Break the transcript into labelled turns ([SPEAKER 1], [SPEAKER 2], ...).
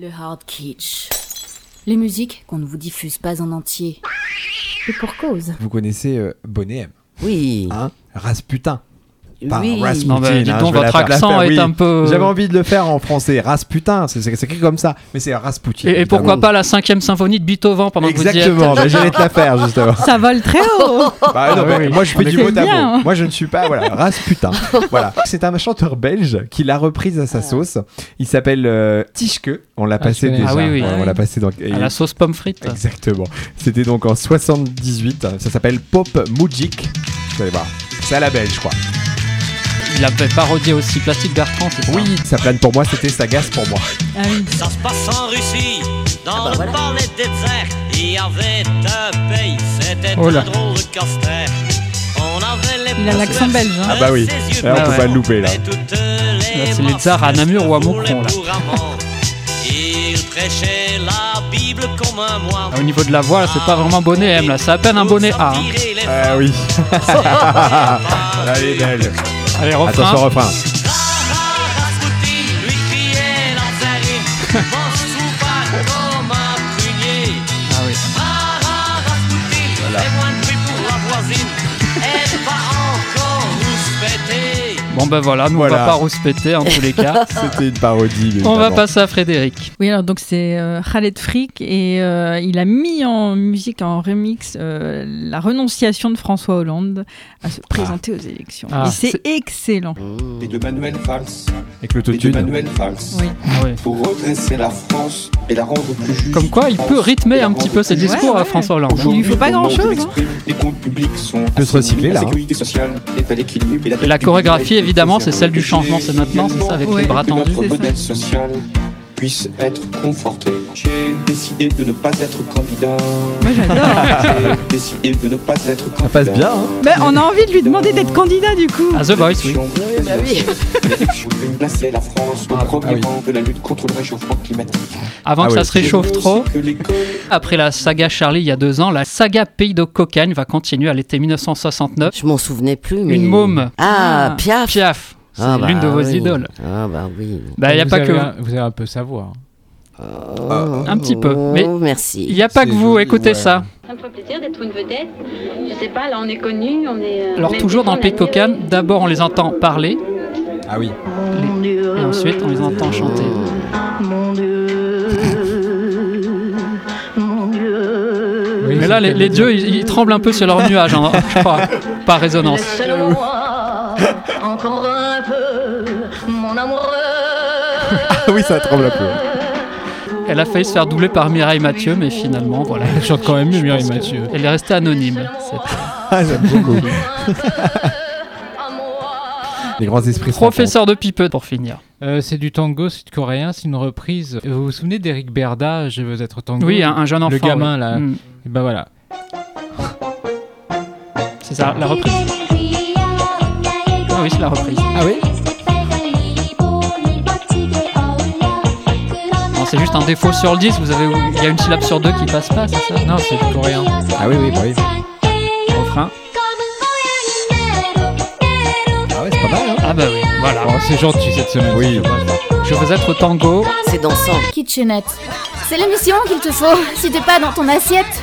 [SPEAKER 1] Le hard kitsch. Les musiques qu'on ne vous diffuse pas en entier. Et pour cause.
[SPEAKER 2] Vous connaissez euh, Bonnet M,
[SPEAKER 3] Oui.
[SPEAKER 2] hein Rasputin. Pas
[SPEAKER 3] oui.
[SPEAKER 2] Rasputin.
[SPEAKER 4] Non, mais dis
[SPEAKER 2] hein,
[SPEAKER 4] donc,
[SPEAKER 2] je vais la
[SPEAKER 4] votre
[SPEAKER 2] faire- la
[SPEAKER 4] accent
[SPEAKER 2] faire,
[SPEAKER 4] est
[SPEAKER 2] oui.
[SPEAKER 4] un peu. euh,
[SPEAKER 2] J'avais envie de le faire en français, Rasputin, c'est c'est- c'est écrit comme ça, mais c'est Rasputin.
[SPEAKER 4] Et, et
[SPEAKER 2] évidemment.
[SPEAKER 4] pourquoi pas la cinquième symphonie de Beethoven pendant que vous y êtes
[SPEAKER 2] Exactement, bah, j'allais te la faire justement.
[SPEAKER 5] Ça vole très haut.
[SPEAKER 2] Bah, non,
[SPEAKER 4] Ah,
[SPEAKER 2] bah,
[SPEAKER 4] oui.
[SPEAKER 2] Moi je
[SPEAKER 4] On
[SPEAKER 2] fais du
[SPEAKER 4] est
[SPEAKER 2] mot à
[SPEAKER 5] bien,
[SPEAKER 2] mot.
[SPEAKER 5] hein.
[SPEAKER 2] Moi je ne suis pas, voilà, Rasputin. voilà. C'est un chanteur belge qui l'a reprise à sa sauce. Il s'appelle euh, Tischke, on l'a
[SPEAKER 6] Ah, je
[SPEAKER 2] passé
[SPEAKER 6] connais.
[SPEAKER 2] déjà.
[SPEAKER 4] Ah. Ah, oui, oui.
[SPEAKER 2] Ouais,
[SPEAKER 4] Ah,
[SPEAKER 2] On
[SPEAKER 4] oui.
[SPEAKER 2] l'a passé dans.
[SPEAKER 4] À la sauce pomme frite.
[SPEAKER 2] Exactement. C'était donc en 78. Ça s'appelle Pop Mujic. Vous allez voir. C'est à la belge, je crois.
[SPEAKER 4] Il avait parodié aussi Plastique Bertrand, c'est ça
[SPEAKER 2] Oui, ça plane pour moi, c'était Sagas pour moi.
[SPEAKER 5] Ah oui.
[SPEAKER 7] Ça se passe en Russie, dans
[SPEAKER 3] bah
[SPEAKER 7] le
[SPEAKER 3] voilà.
[SPEAKER 7] palais des tsars. Il y avait un pays, c'était
[SPEAKER 4] Oh là.
[SPEAKER 7] un drôle de casse-terre. On avait les
[SPEAKER 5] Il a l'accent
[SPEAKER 7] possessions
[SPEAKER 5] belge, hein.
[SPEAKER 7] de
[SPEAKER 2] Ah bah oui.
[SPEAKER 7] ses yeux
[SPEAKER 2] Là,
[SPEAKER 4] on peut
[SPEAKER 7] bleus.
[SPEAKER 4] pas
[SPEAKER 2] le louper, là.
[SPEAKER 7] Et toutes les
[SPEAKER 4] Là, c'est les
[SPEAKER 7] masses
[SPEAKER 4] tsars à Namur ou à
[SPEAKER 7] pour
[SPEAKER 4] Mâcon,
[SPEAKER 7] les
[SPEAKER 4] là.
[SPEAKER 7] bourgs-amants. Ils prêchaient la Bible comme un moine.
[SPEAKER 4] Ah, Au niveau de la voix, là, c'est pas vraiment bonnet M, là, c'est à peine un bonnet A. hein.
[SPEAKER 2] Ah oui. Allez, belge.
[SPEAKER 4] Allez, refrain.
[SPEAKER 2] Attention, refrain.
[SPEAKER 4] Ah oui. Bon, ben voilà, nous on
[SPEAKER 2] Voilà.
[SPEAKER 4] va pas rouspéter en tous les cas.
[SPEAKER 2] C'était une parodie.
[SPEAKER 4] on va
[SPEAKER 2] évidemment.
[SPEAKER 4] passer à Frédéric.
[SPEAKER 5] Oui, alors donc c'est euh, Khaled Frick et euh, il a mis en musique, en remix, euh, la renonciation de François Hollande à se présenter aux élections.
[SPEAKER 4] Ah. Mmh.
[SPEAKER 5] et c'est excellent.
[SPEAKER 8] et de Manuel Valls.
[SPEAKER 2] Avec le
[SPEAKER 8] Et de
[SPEAKER 2] totune.
[SPEAKER 8] Manuel Valls.
[SPEAKER 5] Oui.
[SPEAKER 4] Ah oui.
[SPEAKER 8] Pour redresser la France et la rendre plus juste.
[SPEAKER 4] Comme quoi, il peut rythmer
[SPEAKER 8] Et la
[SPEAKER 4] un
[SPEAKER 8] rendre
[SPEAKER 4] petit peu ses
[SPEAKER 8] plus juste.
[SPEAKER 4] discours à
[SPEAKER 5] ouais.
[SPEAKER 4] François Hollande.
[SPEAKER 5] Il lui faut pas
[SPEAKER 8] Aujourd'hui,
[SPEAKER 5] grand-chose, hein.
[SPEAKER 8] comment on l'exprime, Les comptes publics sont.
[SPEAKER 2] peut se recycler, là,
[SPEAKER 8] La sécurité sociale est à l'équilibre.
[SPEAKER 4] Et hein. la chorégraphie, évidemment, c'est celle du changement, c'est maintenant, c'est ça, avec
[SPEAKER 5] Ouais.
[SPEAKER 4] les bras
[SPEAKER 8] que
[SPEAKER 4] tendus.
[SPEAKER 8] notre
[SPEAKER 5] c'est ça.
[SPEAKER 8] modèle social puisse être conforté. J'ai décidé de ne pas être candidat.
[SPEAKER 5] Moi j'adore.
[SPEAKER 8] J'ai décidé de ne pas être candidat.
[SPEAKER 2] Ça passe bien, hein
[SPEAKER 5] Mais Ben, on a envie de lui demander d'être candidat du coup.
[SPEAKER 4] À Ah, The Voice, oui.
[SPEAKER 3] bah oui.
[SPEAKER 8] Placer la France au
[SPEAKER 2] Ah,
[SPEAKER 8] premier
[SPEAKER 2] ah oui.
[SPEAKER 8] rang de la lutte contre le réchauffement climatique.
[SPEAKER 4] Avant
[SPEAKER 2] Ah
[SPEAKER 4] que
[SPEAKER 2] oui.
[SPEAKER 4] ça se réchauffe trop,
[SPEAKER 8] Que l'école
[SPEAKER 4] après la saga Charlie il y a deux ans, la saga Pays de Cocagne va continuer à l'été 1969.
[SPEAKER 3] Je m'en souvenais plus. Mais...
[SPEAKER 4] Une môme.
[SPEAKER 3] Ah,
[SPEAKER 5] Ah.
[SPEAKER 3] Piaf.
[SPEAKER 4] Piaf, c'est
[SPEAKER 3] Ah, bah
[SPEAKER 4] l'une de vos
[SPEAKER 3] oui.
[SPEAKER 4] idoles.
[SPEAKER 3] Ah bah oui.
[SPEAKER 4] Bah, il n'y a
[SPEAKER 6] Vous
[SPEAKER 4] pas
[SPEAKER 6] avez
[SPEAKER 4] que.
[SPEAKER 6] Un, vous avez un peu savoir. Ah.
[SPEAKER 3] Oh,
[SPEAKER 4] Un petit peu,
[SPEAKER 3] oh,
[SPEAKER 4] mais-
[SPEAKER 3] Merci.
[SPEAKER 4] Il n'y a pas
[SPEAKER 2] C'est
[SPEAKER 4] que vous,
[SPEAKER 2] joli,
[SPEAKER 4] écoutez
[SPEAKER 2] ouais.
[SPEAKER 4] ça.
[SPEAKER 9] Ça me fait plaisir d'être une vedette. Je sais pas, là on est connu, on est. euh,
[SPEAKER 4] Alors
[SPEAKER 9] même
[SPEAKER 4] toujours
[SPEAKER 9] si on
[SPEAKER 4] dans le
[SPEAKER 9] a
[SPEAKER 4] Pays de
[SPEAKER 9] mis-
[SPEAKER 4] Cocagne, d'abord on les entend parler,
[SPEAKER 2] Ah oui.
[SPEAKER 9] Mon Dieu,
[SPEAKER 4] et ensuite on les entend chanter.
[SPEAKER 9] Mon Dieu, mon Dieu.
[SPEAKER 6] Oui,
[SPEAKER 4] Mais là les, les dieux ils, ils tremblent un peu sur leur nuage, hein, je crois, par résonance.
[SPEAKER 9] Laisse-moi encore un peu, mon amoureux.
[SPEAKER 2] oui, ça tremble un peu.
[SPEAKER 4] Elle a failli se faire doubler par Mireille Mathieu, mais finalement voilà.
[SPEAKER 6] Elle chante quand même mieux, Mireille Mathieu.
[SPEAKER 4] Elle est restée anonyme. C'est-
[SPEAKER 2] Ah, j'aime beaucoup.
[SPEAKER 9] À moi.
[SPEAKER 2] Les grands esprits sont
[SPEAKER 4] Professeur de Pipeux pour finir.
[SPEAKER 6] Euh, c'est du tango sud-coréen, c'est une reprise. Vous vous souvenez d'Eric Berda, Je veux être tango
[SPEAKER 4] Oui, un, un jeune enfant.
[SPEAKER 6] Le gamin,
[SPEAKER 4] oui.
[SPEAKER 6] là.
[SPEAKER 4] Mm.
[SPEAKER 6] Et ben voilà.
[SPEAKER 4] C'est ça, la reprise. Ah oui, c'est la reprise.
[SPEAKER 6] Ah oui
[SPEAKER 4] Non, c'est juste un défaut sur le 10, vous avez, il y a une syllabe sur deux qui passe pas, c'est ça
[SPEAKER 6] Non, c'est du coréen.
[SPEAKER 2] Ah oui, oui, bah oui.
[SPEAKER 4] Refrain.
[SPEAKER 2] Ah ouais, c'est pas mal, hein
[SPEAKER 4] Ah bah oui, voilà.
[SPEAKER 6] Bon, Oh, c'est gentil cette semaine.
[SPEAKER 2] Oui.
[SPEAKER 4] Je veux être au tango.
[SPEAKER 3] C'est dansant.
[SPEAKER 1] Kitchenette. C'est l'émission qu'il te faut. Si t'es pas dans ton assiette,